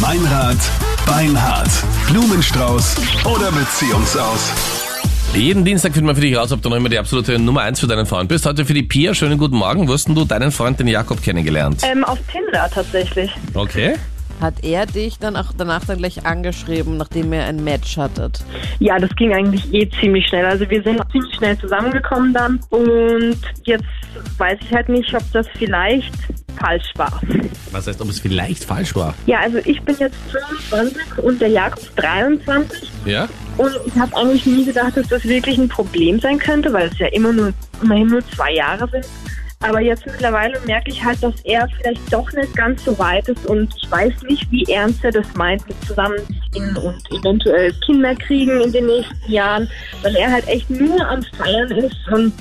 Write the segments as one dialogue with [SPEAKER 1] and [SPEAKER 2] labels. [SPEAKER 1] Meinrad, Beinhard, Blumenstrauß oder Beziehungsaus.
[SPEAKER 2] Jeden Dienstag findet man für dich raus, ob du noch immer die absolute Nummer eins für deinen Freund bist. Heute für die Pia, schönen guten Morgen. Wo hast denn du deinen Freund, den Jakob, kennengelernt?
[SPEAKER 3] Ähm, auf Tinder tatsächlich.
[SPEAKER 2] Okay.
[SPEAKER 4] Hat er dich dann auch danach dann gleich angeschrieben, nachdem ihr ein Match hattet?
[SPEAKER 3] Ja, das ging eigentlich eh ziemlich schnell. Also wir sind ziemlich schnell zusammengekommen dann und jetzt weiß ich halt nicht, ob das vielleicht falsch war.
[SPEAKER 2] Was heißt, ob es vielleicht falsch war?
[SPEAKER 3] Ja, also ich bin jetzt 25 und der Jakob ist 23
[SPEAKER 2] Ja?
[SPEAKER 3] und ich habe eigentlich nie gedacht, dass das wirklich ein Problem sein könnte, weil es ja immer nur immerhin nur zwei Jahre sind. Aber jetzt mittlerweile merke ich halt, dass er vielleicht doch nicht ganz so weit ist und ich weiß nicht, wie ernst er das meint mit zusammenziehen und eventuell Kinder kriegen in den nächsten Jahren, weil er halt echt nur am Feiern ist und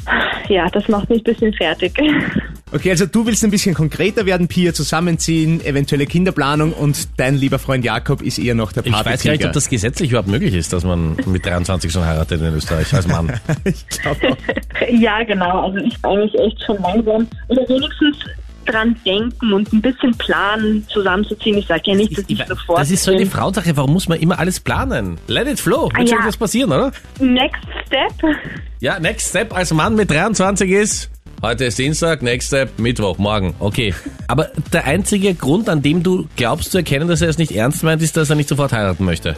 [SPEAKER 3] ja, das macht mich ein bisschen fertig.
[SPEAKER 5] Okay, also du willst ein bisschen konkreter werden, Pia, zusammenziehen, eventuelle Kinderplanung und dein lieber Freund Jakob ist eher noch der
[SPEAKER 2] Ich weiß gar nicht, ob
[SPEAKER 5] Partykrieger.
[SPEAKER 2] das gesetzlich überhaupt möglich ist, dass man mit 23 schon heiratet in Österreich als Mann.
[SPEAKER 5] Ich glaub auch.
[SPEAKER 3] Ja, genau. Also ich bin eigentlich echt schon langsam. Oder wenigstens dran denken und ein bisschen planen, zusammenzuziehen. Ich sage ja nicht, dass ich, sofort.
[SPEAKER 2] Das ist so eine
[SPEAKER 3] den
[SPEAKER 2] Frauensache, warum muss man immer alles planen? Let it flow, wird
[SPEAKER 3] Ah,
[SPEAKER 2] schon
[SPEAKER 3] ja.
[SPEAKER 2] was passieren, oder?
[SPEAKER 3] Next Step.
[SPEAKER 2] Ja, Next Step als Mann mit 23 ist... Heute ist Dienstag, Next Step, Mittwoch, morgen, okay. Aber der einzige Grund, an dem du glaubst zu erkennen, dass er es nicht ernst meint, ist, dass er nicht sofort heiraten möchte.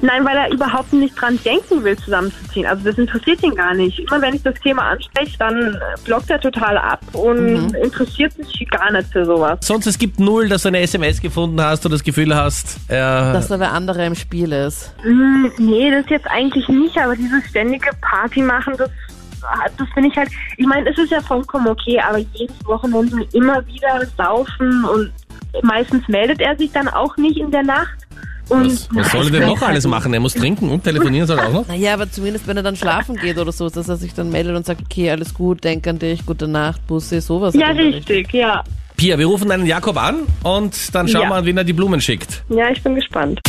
[SPEAKER 3] Nein, weil er überhaupt nicht dran denken will, zusammenzuziehen. Also das interessiert ihn gar nicht. Immer wenn ich das Thema anspreche, dann äh, blockt er total ab und
[SPEAKER 2] Mhm.
[SPEAKER 3] interessiert sich gar nicht für sowas.
[SPEAKER 2] Sonst es gibt null, dass du eine SMS gefunden hast oder das Gefühl hast, äh,
[SPEAKER 4] Dass da wer anderer im Spiel ist.
[SPEAKER 3] Hm, Nee, das jetzt eigentlich nicht, aber dieses ständige Party machen, das, das finde ich halt, ich meine, es ist ja vollkommen okay, aber jedes Wochenende immer wieder saufen und meistens meldet er sich dann auch nicht in der Nacht. Und halt
[SPEAKER 2] was, was soll er denn noch alles machen? Er muss trinken und telefonieren soll er auch noch.
[SPEAKER 4] Naja, aber zumindest wenn er dann schlafen geht oder so, dass er sich dann meldet und sagt, okay, alles gut, denk an dich, gute Nacht, Bussi, sowas.
[SPEAKER 3] Ja,
[SPEAKER 4] in der Richtung.
[SPEAKER 3] richtig, ja.
[SPEAKER 2] Pia, wir rufen einen Jakob an und dann schauen
[SPEAKER 3] Ja.
[SPEAKER 2] wir an, wen er die Blumen schickt.
[SPEAKER 3] Ja, ich bin gespannt.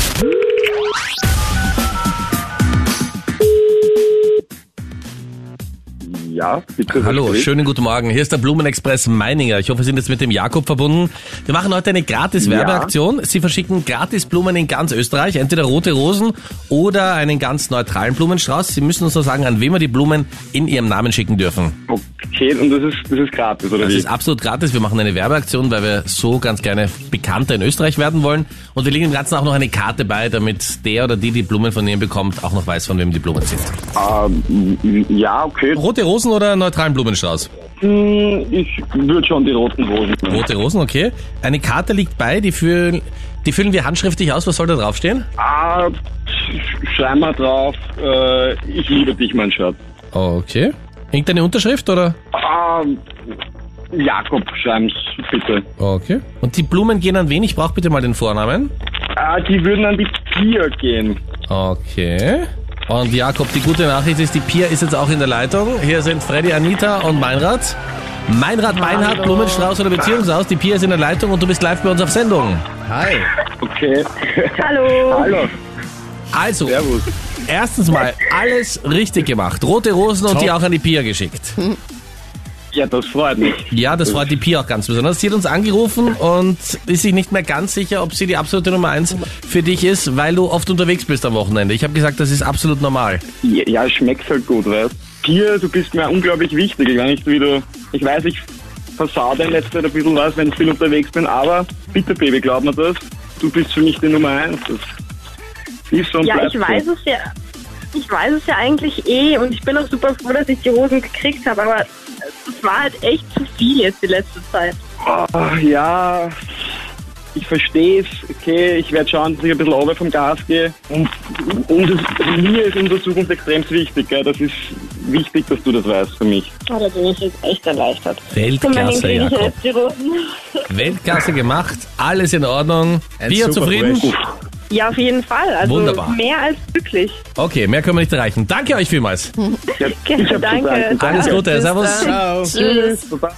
[SPEAKER 6] Ja, bitte.
[SPEAKER 2] Hallo,
[SPEAKER 6] Richtig.
[SPEAKER 2] schönen guten Morgen. Hier ist der Blumenexpress Meininger. Ich hoffe, wir sind jetzt mit dem Jakob verbunden. Wir machen heute eine gratis
[SPEAKER 6] Ja.
[SPEAKER 2] Werbeaktion. Sie verschicken gratis Blumen in ganz Österreich, entweder rote Rosen oder einen ganz neutralen Blumenstrauß. Sie müssen uns nur sagen, an wen wir die Blumen in ihrem Namen schicken dürfen.
[SPEAKER 6] Okay, und das ist, das ist gratis, oder
[SPEAKER 2] Das
[SPEAKER 6] wie?
[SPEAKER 2] ist absolut gratis. Wir machen eine Werbeaktion, weil wir so ganz gerne bekannter in Österreich werden wollen. Und wir legen dem Ganzen auch noch eine Karte bei, damit der oder die, die Blumen von ihnen bekommt, auch noch weiß, von wem die Blumen sind.
[SPEAKER 6] Ähm, ja, okay.
[SPEAKER 2] Rote Rosen oder neutralen Blumenstrauß?
[SPEAKER 6] Hm, Ich würde schon die roten Rosen. nehmen.
[SPEAKER 2] Rote Rosen, okay. Eine Karte liegt bei, die füllen, die füllen wir handschriftlich aus. Was soll da draufstehen?
[SPEAKER 6] Ah, sch- schrei mal drauf, äh, ich liebe dich, mein Schatz.
[SPEAKER 2] Okay. Irgendeine Unterschrift oder?
[SPEAKER 6] Ah, Jakob, schreib's bitte.
[SPEAKER 2] Okay. Und die Blumen gehen an wen? Ich brauche bitte mal den Vornamen.
[SPEAKER 6] Ah, die würden an die Tier gehen.
[SPEAKER 2] Okay. Und Jakob, die gute Nachricht ist, die Pia ist jetzt auch in der Leitung. Hier sind Freddy, Anita und Meinrad. Meinrad, Meinhard, Blumenstrauß oder Beziehungsaus. Die Pia ist in der Leitung und du bist live bei uns auf Sendung.
[SPEAKER 5] Hi.
[SPEAKER 6] Okay.
[SPEAKER 3] Hallo.
[SPEAKER 6] Hallo,
[SPEAKER 2] Also,
[SPEAKER 6] servus.
[SPEAKER 2] erstens mal alles richtig gemacht. Rote Rosen und die auch an die Pia geschickt.
[SPEAKER 6] Ja, das freut mich.
[SPEAKER 2] Ja, das freut die Pia auch ganz besonders. Sie hat uns angerufen und ist sich nicht mehr ganz sicher, ob sie die absolute Nummer eins für dich ist, weil du oft unterwegs bist am Wochenende. Ich habe gesagt, das ist absolut normal.
[SPEAKER 6] Ja, ja, schmeckt halt gut, weißt Tier, du bist mir unglaublich wichtig. Ich weiß nicht, wie du. Ich weiß, ich versade in letzter Zeit ein bisschen was, wenn ich viel unterwegs bin, aber bitte, Baby, glaub mir das. Du bist für mich die Nummer eins. Das ist so und
[SPEAKER 3] Ja,
[SPEAKER 6] bleibt
[SPEAKER 3] ich weiß
[SPEAKER 6] so.
[SPEAKER 3] es ja. Ich weiß es ja eigentlich eh und ich bin auch super froh, dass ich die Hosen gekriegt habe, aber es war halt echt zu viel jetzt die letzte Zeit.
[SPEAKER 6] Ah, ja, ich verstehe es. Okay, ich werde schauen, dass ich ein bisschen runter vom Gas gehe. Und, und es, also mir ist Untersuchung extrem wichtig. Gell? Das ist wichtig, dass du das weißt für mich.
[SPEAKER 3] Oh, da bin ich jetzt echt erleichtert. Immerhin
[SPEAKER 2] Weltklasse,
[SPEAKER 3] kriege ich
[SPEAKER 2] Jakob.
[SPEAKER 3] jetzt die Rosen.
[SPEAKER 2] Weltklasse gemacht, alles in Ordnung.
[SPEAKER 5] Ein
[SPEAKER 2] Pia
[SPEAKER 5] super
[SPEAKER 2] zufrieden?
[SPEAKER 5] Projekt.
[SPEAKER 3] Ja, auf jeden Fall. Also
[SPEAKER 2] Wunderbar.
[SPEAKER 3] mehr als glücklich.
[SPEAKER 2] Okay, mehr können wir nicht erreichen. Danke euch vielmals.
[SPEAKER 6] Ja,
[SPEAKER 3] Danke.
[SPEAKER 6] zu danken.
[SPEAKER 2] Alles Gute,
[SPEAKER 4] Bis
[SPEAKER 2] Servus.
[SPEAKER 4] dann.
[SPEAKER 5] Ciao.
[SPEAKER 4] Tschüss.
[SPEAKER 6] Baba.